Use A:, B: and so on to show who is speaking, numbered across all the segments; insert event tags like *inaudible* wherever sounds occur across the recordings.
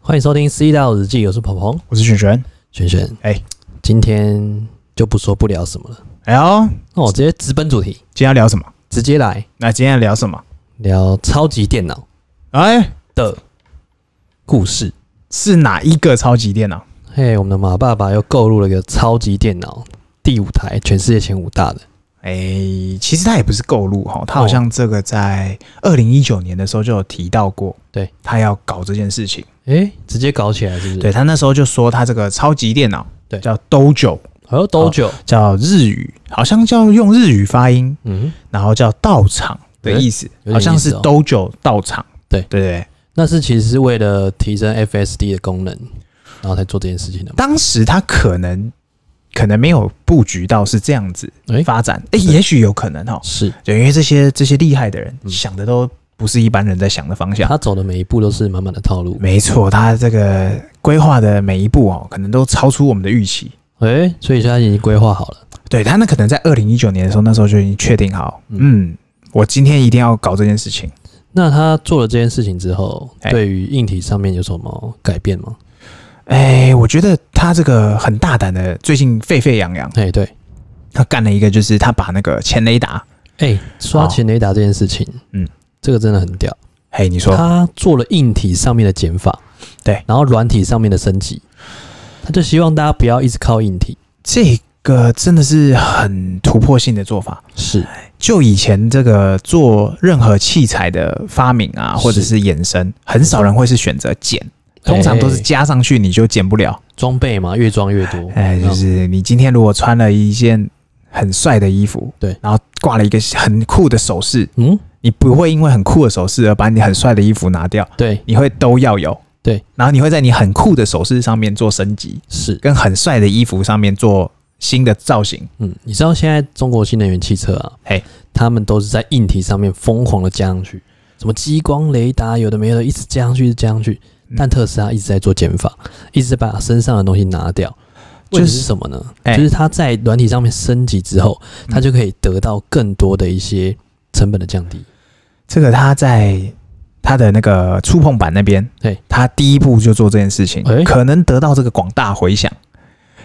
A: 欢迎收听《C 大佬日记》，我是鹏鹏
B: 我是璇璇。
A: 璇璇。
B: 哎
A: 今天就不说不聊什么了，
B: 哎呦，
A: 那我直接直奔主题，
B: 今天要聊什么？
A: 直接来
B: 那今天要聊什么？
A: 聊超级电脑
B: 哎，
A: 的故事。
B: 是哪一个超级电脑？
A: 嘿，我们的马爸爸又购入了一个超级电脑，第五台，全世界前五大的。
B: 哎，其实它也不是购入
A: 哦
B: 哈，它好像这个在二零一九年的时候就有提到过，
A: 对，
B: 他要搞这件事情。
A: 诶，直接搞起来是不是？
B: 对，他那时候就说他这个超级电脑，
A: 对
B: 叫 Dojo，
A: 还有多久？
B: 叫日语，好像叫用日语发音，
A: 嗯，
B: 然后叫道场的意思，
A: 有点
B: 好像是
A: 意思哦
B: Dojo 道场。
A: 对
B: 对对，
A: 那是其实是为了提升 FSD 的功能，然后才做这件事情的嘛。
B: 当时他可能可能没有布局到是这样子
A: 哎
B: 发展，哎、也许有可能哈，
A: 是
B: 对，因为这些这些厉害的人、想的都不是一般人在想的方向。
A: 他走的每一步都是满满的套路。
B: 没错，他这个规划的每一步哦，可能都超出我们的预期。
A: 诶，所以现在已经规划好了。
B: 对他那可能在二零一九年的时候，那时候就已经确定好，嗯，我今天一定要搞这件事情。
A: 那他做了这件事情之后，
B: 哎
A: 对于硬体上面有什么改变吗？
B: 哎，我觉得他这个很大胆的，最近沸沸扬扬，
A: 哎、对，
B: 他干了一个，就是他把那个前雷达，
A: 哎、刷前雷达这件事情，
B: 嗯，
A: 这个真的很屌。
B: 嘿，你说，
A: 他做了硬体上面的减法，
B: 对，
A: 然后软体上面的升级，他就希望大家不要一直靠硬体。
B: 这个真的是很突破性的做法。
A: 是，
B: 就以前这个做任何器材的发明啊，
A: 是
B: 或者是衍生，很少人会是选择减，通常都是
A: 哎
B: 加上去你就减不了。
A: 装备嘛，越装越多。
B: 哎，就是你今天如果穿了一件很帅的衣服，
A: 对
B: 然后挂了一个很酷的首饰，
A: 嗯，
B: 你不会因为很酷的首饰而把你很帅的衣服拿掉，
A: 对，
B: 你会都要有。
A: 对，
B: 然后你会在你很酷的首饰上面做升级，
A: 是，
B: 跟很帅的衣服上面做新的造型。
A: 嗯，你知道现在中国新能源汽车啊，
B: 嘿，
A: 他们都是在硬体上面疯狂的加上去，什么激光雷达有的没有的，一直加上去，一直加上去。
B: 嗯
A: 但特斯拉一直在做减法，一直把身上的东西拿掉。
B: 就是
A: 就是什么呢？
B: 哎嗯
A: 就是它在软体上面升级之后，它就可以得到更多的一些成本的降低。
B: 这个他在他的那个触碰板那边，
A: 对，
B: 他第一步就做这件事情，
A: 哎
B: 可能得到这个广大回响。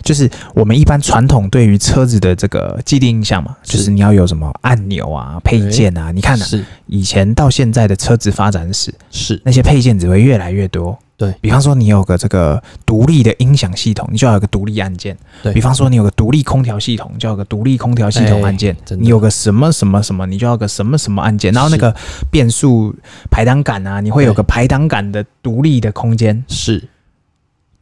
B: 就是我们一般传统对于车子的这个既定印象嘛，
A: 是
B: 就是你要有什么按钮啊、配件啊。你看、啊，
A: 是
B: 以前到现在的车子发展史，
A: 是，
B: 那些配件只会越来越多。
A: 对
B: 比方说，你有个这个独立的音响系统，你就要有个独立按键。
A: 对
B: 比方说，你有个独立空调系统，你就要有个独立空调系统
A: 哎
B: 按键。
A: 真的
B: 你有个什么什么什么，你就要有个什么什么按键。然后那个变速排档杆啊，你会有个排档杆的独立的空间。
A: 是。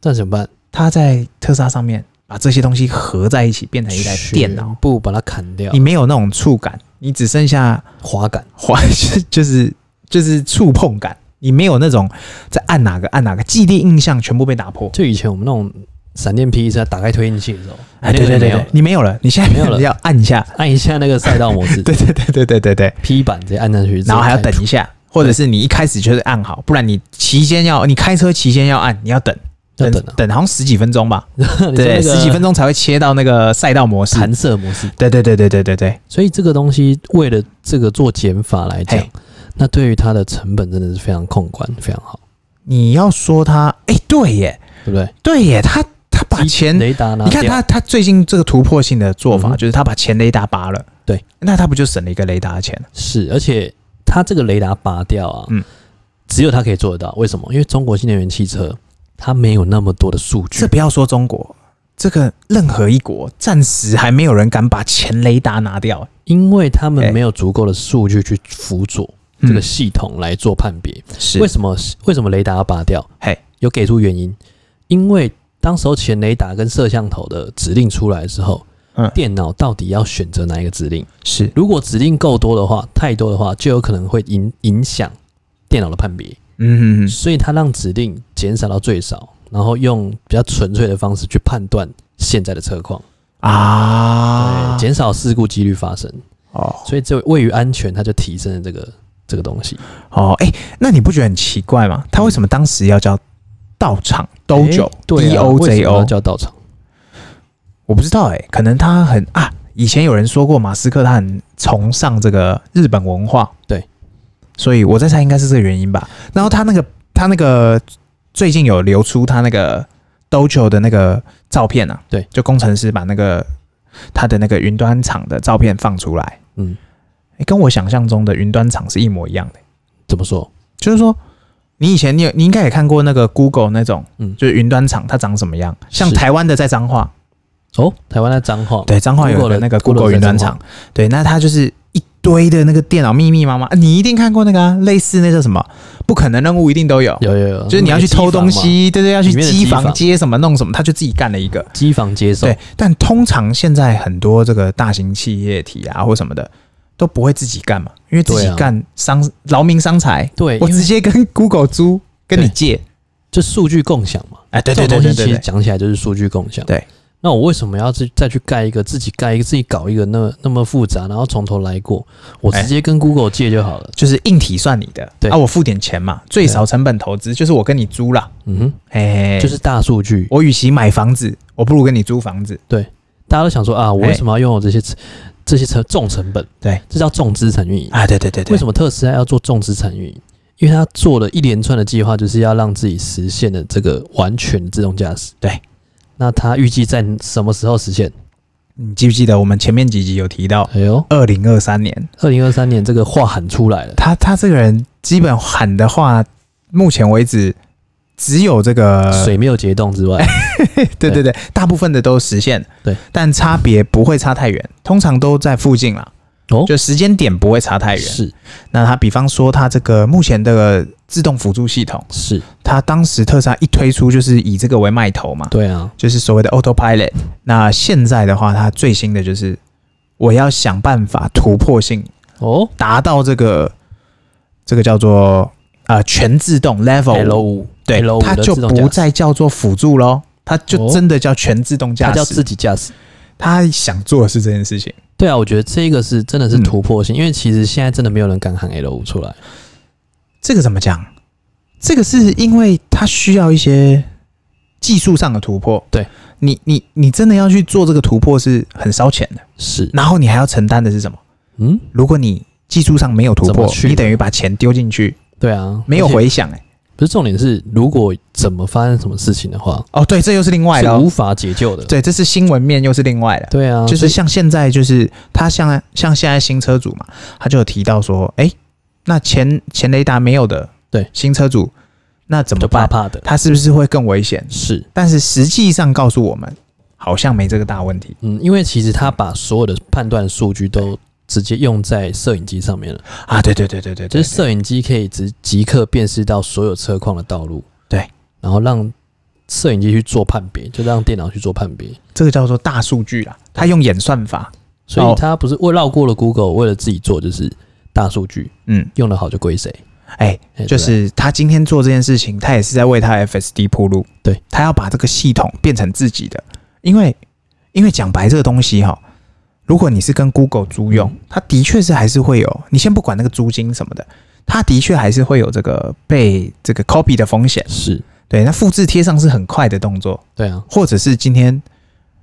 A: 那怎么办？
B: 它在特斯拉上面把这些东西合在一起，变成一台电脑。
A: 不把它砍掉
B: 你，没有那种触感，你只剩下
A: 滑感
B: 滑， *laughs* 就是就是就是触碰感。你没有那种在按哪个按哪个既定印象全部被打破。
A: 就以前我们那种闪电霹雳车打开推进器的时候，
B: 哎，
A: 那个
B: 对对对
A: 没有
B: 对，你没有 *laughs* 了，你现在
A: 没有了
B: 要按一下，
A: 按一下那个赛道模式，
B: *laughs* 对对对对对对对，
A: P 板直接按上去，
B: 然后还要
A: 直接
B: 等
A: 开
B: 一下，或者是你一开始就是按好，不然你期间要你开车期间要按，你要等
A: 要等啊
B: 等好像十几分钟吧，
A: 出， *laughs*
B: 对，十几分
A: 钟
B: 钟才会切到那个赛道模式。
A: 弹射模式。
B: 对对对对对对对，
A: 所以这个东西为了这个做减法来讲
B: 嘿，
A: 那对于它的成本真的是非常控管，非常好，
B: 你要说他，哎，对耶，
A: 对不对？
B: 对耶，他他把
A: 机
B: 前
A: 雷达拿
B: 你看
A: 掉
B: 他他最近这个突破性的做
A: 嗯
B: 法，
A: 哼
B: 就是他把前雷达拔了，
A: 对，
B: 那他不就省了一个雷达的钱？
A: 是，而且它这个雷达拔掉啊，
B: 嗯
A: 只有它可以做得到。为什么？因为中国新能源汽车它没有那么多的数据
B: 这，不要说中国，这个任何一国暂时还没有人敢把前雷达拿掉。
A: 因为他们
B: 哎嗯
A: 没有足够的数据去辅佐这个系统来做判别。
B: 是
A: 为什么为什么雷达要拔掉？
B: 嘿，
A: 有给出原因，因为当时候前雷达跟摄像头的指令出来的时候，
B: 嗯
A: 电脑到底要选择哪一个指令？
B: 是
A: 如果指令够多的话，太多的话，就有可能会影影响电脑的判别，
B: 嗯，
A: 所以它让指令减少到最少，然后用比较纯粹的方式去判断现在的车况，
B: 啊
A: 对，，减少事故几率发生。
B: 哦
A: 所以这位于安全，它就提升了这个这个东西。
B: 哦，哎、那你不觉得很奇怪吗？他为什么当时要叫道场 dojo
A: 诶对
B: d
A: 啊
B: o
A: 为什
B: j
A: 么要
B: o？
A: 叫道场，
B: 我不知道哎、可能他很啊，以前有人说过马斯克他很崇尚这个日本文化，
A: 对，
B: 所以我在猜应该是这个原因吧。然后他那个他那个最近有流出他那个 Dojo 的那个照片啊，
A: 对，
B: 就工程师把那个他的那个云端厂的照片放出来，
A: 嗯，
B: 诶跟我想象中的云端厂是一模一样的。
A: 怎么说？
B: 就是说，你以前你有你应该也看过那个 Google 那种，
A: 嗯
B: 就是云端厂它长什么样，像
A: 是
B: 台湾的在彰化，
A: 哦，台湾的脏话，
B: 对，彰化有
A: Google 的
B: 个那个
A: Google
B: Google
A: 的
B: 云端
A: 彰化
B: 厂，对，那它就是一堆的那个电脑密密麻麻，你一定看过那个啊，类似那叫什么不可能任务一定都有，
A: 有有有，
B: 就是你要去偷东西，对对，要去
A: 里面的
B: 机
A: 机
B: 房
A: 房哦
B: 接什么弄什么，他就自己干了一个。
A: 机房接手，
B: 对，但通常现在很多这个大型企业体啊或什么的都不会自己干嘛，因为自己
A: 对啊
B: 干伤劳民伤财，
A: 对，
B: 我
A: 因为
B: 直接跟 Google 租，跟你
A: 对
B: 借。
A: 就数据共享嘛。
B: 哎，对
A: 这
B: 对
A: 种东
B: 对
A: 西
B: 对
A: 其
B: 对
A: 实
B: 对，
A: 讲起来就是数据共享。
B: 对，
A: 那我为什么要自再去盖一个自己盖一个自己搞一个那那么复杂，然后从头来过？
B: 哎
A: 我直接跟 Google 借就好了。
B: 就是硬体算你的，
A: 对
B: 啊，我付点钱嘛，最少成本投资就是我跟你租啦，
A: 嗯
B: 哎，
A: 哼，就是大数据。
B: 我与其买房子，我不如跟你租房子，
A: 大家都想说啊，我为什么要拥有这些这些成重成本？
B: 对，
A: 这叫重资产运营。
B: 啊，对对对对，
A: 为什么特斯拉要做重资产运营？因为他做了一连串的计划，就是要让自己实现的这个完全自动驾驶。
B: 对，
A: 那他预计在什么时候实现？
B: 你记不记得我们前面几集有提到，
A: 哎呦，
B: 二零二三年，
A: 二零二三年这个话喊出来了，
B: 他他这个人基本喊的话，目前为止只有这个，
A: 水没有解冻
B: *laughs*
A: 之外，
B: 对对对，大部分的都实现，
A: 对，
B: 但差别不会差太远，通常都在附近啦，
A: 哦
B: 就时间点不会差太远。
A: 是
B: 那他比方说，他这个目前的自动辅助系统，
A: 是，
B: 他当时特斯拉一推出就是以这个为卖头嘛，
A: 对啊，
B: 就是所谓的 Autopilot。那现在的话，它最新的就是我要想办法突破性
A: 哦
B: 达到这个这个叫做呃全自动
A: ，L
B: Level 五，
A: 五
B: 对
A: L，五
B: 它
A: 的
B: 就
A: 自动驾
B: 不
A: 驶，
B: 再叫做辅助喽，它就
A: 哦
B: 真的叫全自动驾
A: 它
B: 驶。
A: 叫自己驾驶。
B: 他想做的是这件事情，
A: 对啊，我觉得这个是真的是
B: 嗯
A: 突破性，因为其实现在真的没有人敢喊 L 五出来。
B: 这个怎么讲？这个是因为它需要一些技术上的突破。
A: 对
B: 你，你你真的要去做这个突破是很烧钱的，
A: 是，
B: 然后你还要承担的是什么？
A: 嗯，
B: 如果你技术上没有突
A: 怎
B: 破
A: 么，去
B: 你等于把钱丢进去，
A: 对啊，
B: 没有
A: 而且
B: 回响、欸。
A: 不是重点是，如果怎么发生什么事情的话，
B: 哦，对，这又是另外
A: 是
B: 的、
A: 无
B: 哦。
A: 法解救的。
B: 对，这是新闻面，又是另外的。
A: 对啊，
B: 就是
A: 所以
B: 像现在，就是他像像现在新车主嘛，他就有提到说，哎、那前前雷达没有的，
A: 对
B: 新车主，那怎么
A: 就怕
B: 办？
A: 怕的，
B: 他是不是会更危险？
A: 是
B: 但是实际上告诉我们，好像没这个大问题。
A: 嗯，因为其实他把所有的判断数据都直接用在摄影机上面了，
B: 啊，对对对对对，
A: 就
B: 对
A: 是摄影机可以直即刻辨识到所有车况的道路，
B: 对，
A: 然后让摄影机去做判别，就让电脑去做判别。
B: 这个叫做大数据啦，他用演算法，
A: 所
B: 哦
A: 以他不是为绕过了 Google，为了自己做就是大数据
B: 嗯，
A: 用得好就归谁，
B: 哎、
A: 哎
B: 就
A: 对
B: 是他今天做这件事情，他也是在为他 FSD 铺路，
A: 对
B: 他要把这个系统变成自己的，因为因为讲白这个东西哈。如果你是跟 Google 租用，
A: 嗯
B: 它的确是还是会有，你先不管那个租金什么的，它的确还是会有这个被这个 copy 的风险。
A: 是
B: 对，那复制贴上是很快的动作，
A: 对啊，
B: 或者是今天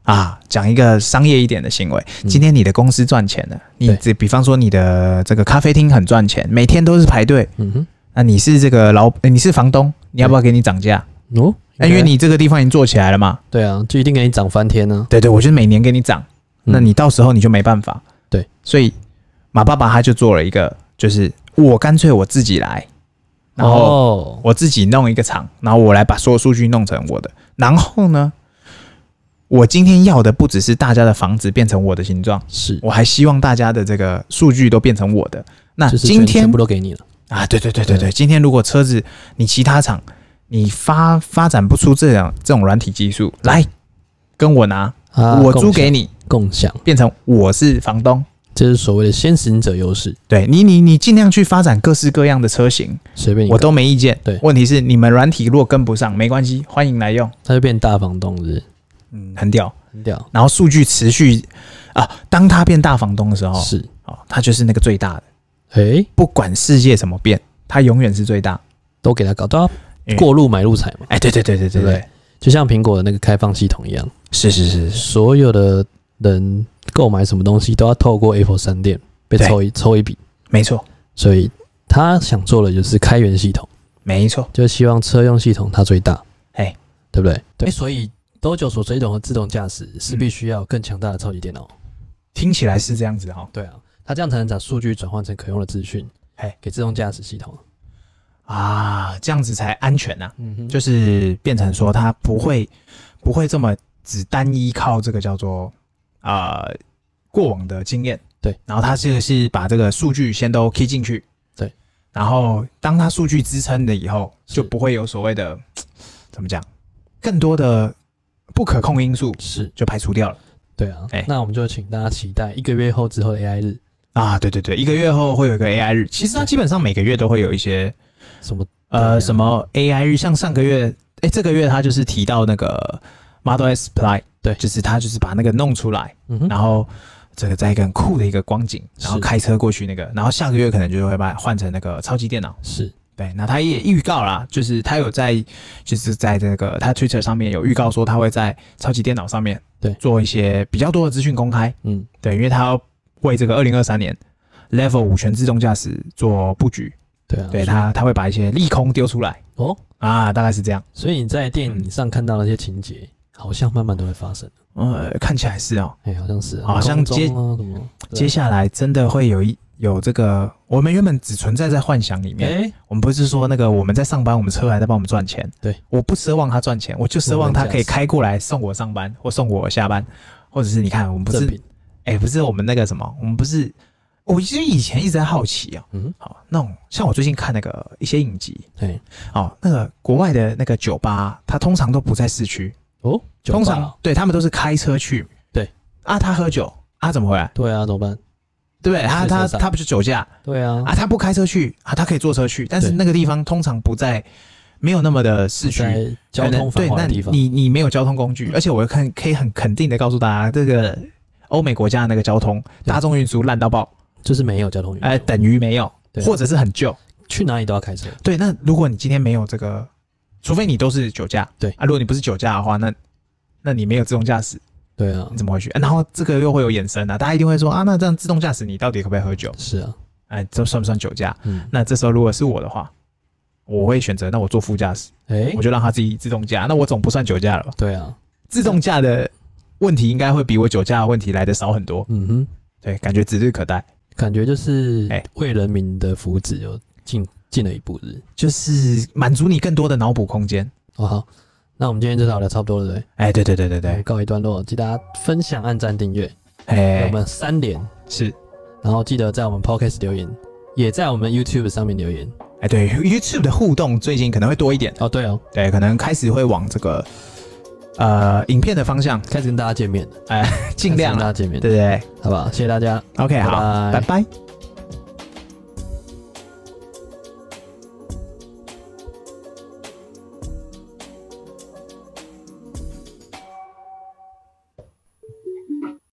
B: 啊，讲一个商业一点的行为，
A: 嗯
B: 今天你的公司赚钱了，你
A: 对
B: 这比方说你的这个咖啡厅很赚钱，每天都是排队，
A: 嗯哼，
B: 那你是这个老呃你是房东，你要不要给你涨价？
A: 哦，
B: 那哎因为你这个地方已经做起来了嘛，
A: 对啊，就一定给你涨翻天呢、
B: 对对，我就每年给你涨，那
A: 嗯
B: 你到时候你就没办法。
A: 对，
B: 所以马爸爸他就做了一个，就是我干脆我自己来，然后
A: 哦
B: 我自己弄一个厂，然后我来把所有数据弄成我的。然后呢，我今天要的不只是大家的房子变成我的形状，
A: 是，
B: 我还希望大家的这个数据都变成我的。那
A: 就是
B: 今
A: 全
B: 天
A: 全部都给你了，
B: 啊，对对对对对，
A: 对
B: 今天如果车子你其他厂你发发展不出这样这种软体技术，来跟我拿，
A: 啊，
B: 我
A: 共
B: 租给
A: 享
B: 你，
A: 共享，
B: 变成我是房东。
A: 这是所谓的先行者优势，
B: 对你，你你尽量去发展各式各样的车型，
A: 随便你
B: 我
A: 搞
B: 都没意见。
A: 对
B: 问题是你们软体如果跟不上，没关系，欢迎来用。
A: 他就变大房东是不是
B: 嗯，很屌。
A: 很屌，
B: 然后数据持续啊，当他变大房东的时候，
A: 是，
B: 哦，他就是那个最大的，
A: 诶、
B: 不管世界怎么变，他永远是最大。
A: 都给他搞，都要
B: 因为
A: 过路买路财嘛，
B: 哎，对对对对对
A: 对不
B: 对
A: 对，就像苹果的那个开放系统一样，
B: 是是是是，
A: 所有的人购买什么东西都要透过 Apple 商店被
B: 对
A: 抽一抽一笔，
B: 没错。
A: 所以他想做的就是开源系统，
B: 没错，
A: 就希望车用系统它最大，
B: 哎，
A: 对不对？嗯
B: 对
A: 诶所以 Dojo 所追求的自动驾驶是必须要有更强大的超级电脑。
B: 听起来是这样子哈、哦。
A: 对啊，它这样才能把数据转换成可用的资讯，
B: 嘿
A: 给自动驾驶系统。
B: 啊，这样子才安全呐、
A: 嗯哼，
B: 就是变成说它不会不会这么只单依靠这个叫做呃过往的经验，
A: 对，
B: 然后它这个是把这个数据先都 key 进去，
A: 对，
B: 然后当它数据支撑了以后，
A: 是
B: 就不会有所谓的怎么讲，更多的不可控因素
A: 是
B: 就排除掉了
A: 对啊
B: 哎。
A: 那我们就请大家期待一个月后之后的 AI 日，
B: 啊，对对对，一个月后会有一个 AI 日，其实它基本上每个月都会有一些
A: 什么
B: 呃，
A: 对啊
B: 什么 AI 日，像上个月，哎、这个月他就是提到那个 Model S Play，
A: 对
B: 就是他就是把那个弄出来，
A: 嗯哼
B: 然后这个在一个很酷的一个光景，然后
A: 是
B: 开车过去那个，然后下个月可能就会把它换成那个超级电脑。
A: 是
B: 对，那他也预告啦，就是他有在，就是在这个他 Twitter 上面有预告说他会在超级电脑上面
A: 对
B: 做一些比较多的资讯公开，
A: 嗯
B: 对，因为他要为这个二零二三年 Level 五全自动驾驶做布局，
A: 对啊，
B: 对他他会把一些利空丢出来。
A: 哦，
B: 啊，大概是这样。
A: 所以你在电
B: 嗯
A: 影上看到那些情节，好像慢慢都会发生。
B: 呃，看起来是哦。
A: 哎、好像是啊，
B: 好像接
A: 空中啊什么对
B: 接下来真的会有一有这个，我们原本只存在在幻想里面。
A: 哎、
B: 我们不是说那个我们在上班，我们车还在帮我们赚钱。
A: 对，
B: 我不奢望他赚钱，我就奢望他可以
A: 我们这样子
B: 开过来送我上班或送我下班，或者是你看，我们不是
A: 正品，
B: 哎、不是我们那个什么，我们不是，我其实以前一直在好奇啊、
A: 嗯，
B: 好，那种像我最近看那个一些影集，
A: 哎、
B: 哦，那个国外的那个酒吧，它通常都不在市区，
A: 哦，酒吧
B: 通常对他们都是开车去。
A: 对
B: 啊，他喝酒啊，怎么回来？
A: 对啊，怎么办？
B: 对不对？他
A: 是
B: 他
A: 车上
B: 他不是酒驾
A: 对啊，
B: 啊，他不开车去啊，他可以坐车去，但是
A: 对
B: 那个地方通常不在，没有那么的市区，
A: 在交
B: 可能
A: 通繁华的地
B: 对，那
A: 方，
B: 你你没有交通工具，而且我看可以很肯定的告诉大家，这个欧美国家的那个交通
A: 对
B: 大众运输烂到爆，
A: 就是没有交通运输，
B: 哎、等于没有，
A: 对啊
B: 或者是很旧。
A: 去哪里都要开车，
B: 对，那如果你今天没有这个，除非你都是酒驾，
A: 对
B: 啊，如果你不是酒驾的话，那那你没有自动驾驶，
A: 对啊
B: 你，怎么回去？啊然后这个又会有衍生啊，大家一定会说啊，那这样自动驾驶你到底可不可以喝酒？
A: 是啊，
B: 哎，这算不算酒驾？
A: 嗯，
B: 那这时候如果是我的话，我会选择那我坐副驾驶，
A: 哎、
B: 我就让他自己自动驾。那我总不算酒驾了吧？
A: 对啊，
B: 自动驾的问题应该会比我酒驾的问题来的少很多。
A: 嗯哼，
B: 对，感觉指日可待。
A: 感觉就是
B: 哎
A: 为人民的福祉又进进了一步日。
B: 就是满足你更多的脑补空间。
A: 哦，好，那我们今天就聊得差不多了，对不
B: 哎，对对对对
A: 对，我们
B: 对，
A: 告一段落，记得大家分享、按赞、订阅，我
B: 哎，
A: 们三连，
B: 是，
A: 然后记得在我们 Podcast 留言，也在我们 YouTube 上面留言。
B: 哎，对，YouTube 的互动最近可能会多一点。
A: 哦，对哦，
B: 对，可能开始会往这个呃影片的方向，哎
A: 开始跟大家见面了，
B: 尽量
A: 开始跟大家
B: 了，
A: 见面，
B: 对不对
A: 好不好？谢谢大家，
B: ？OK，好，
A: 拜拜
B: 拜拜。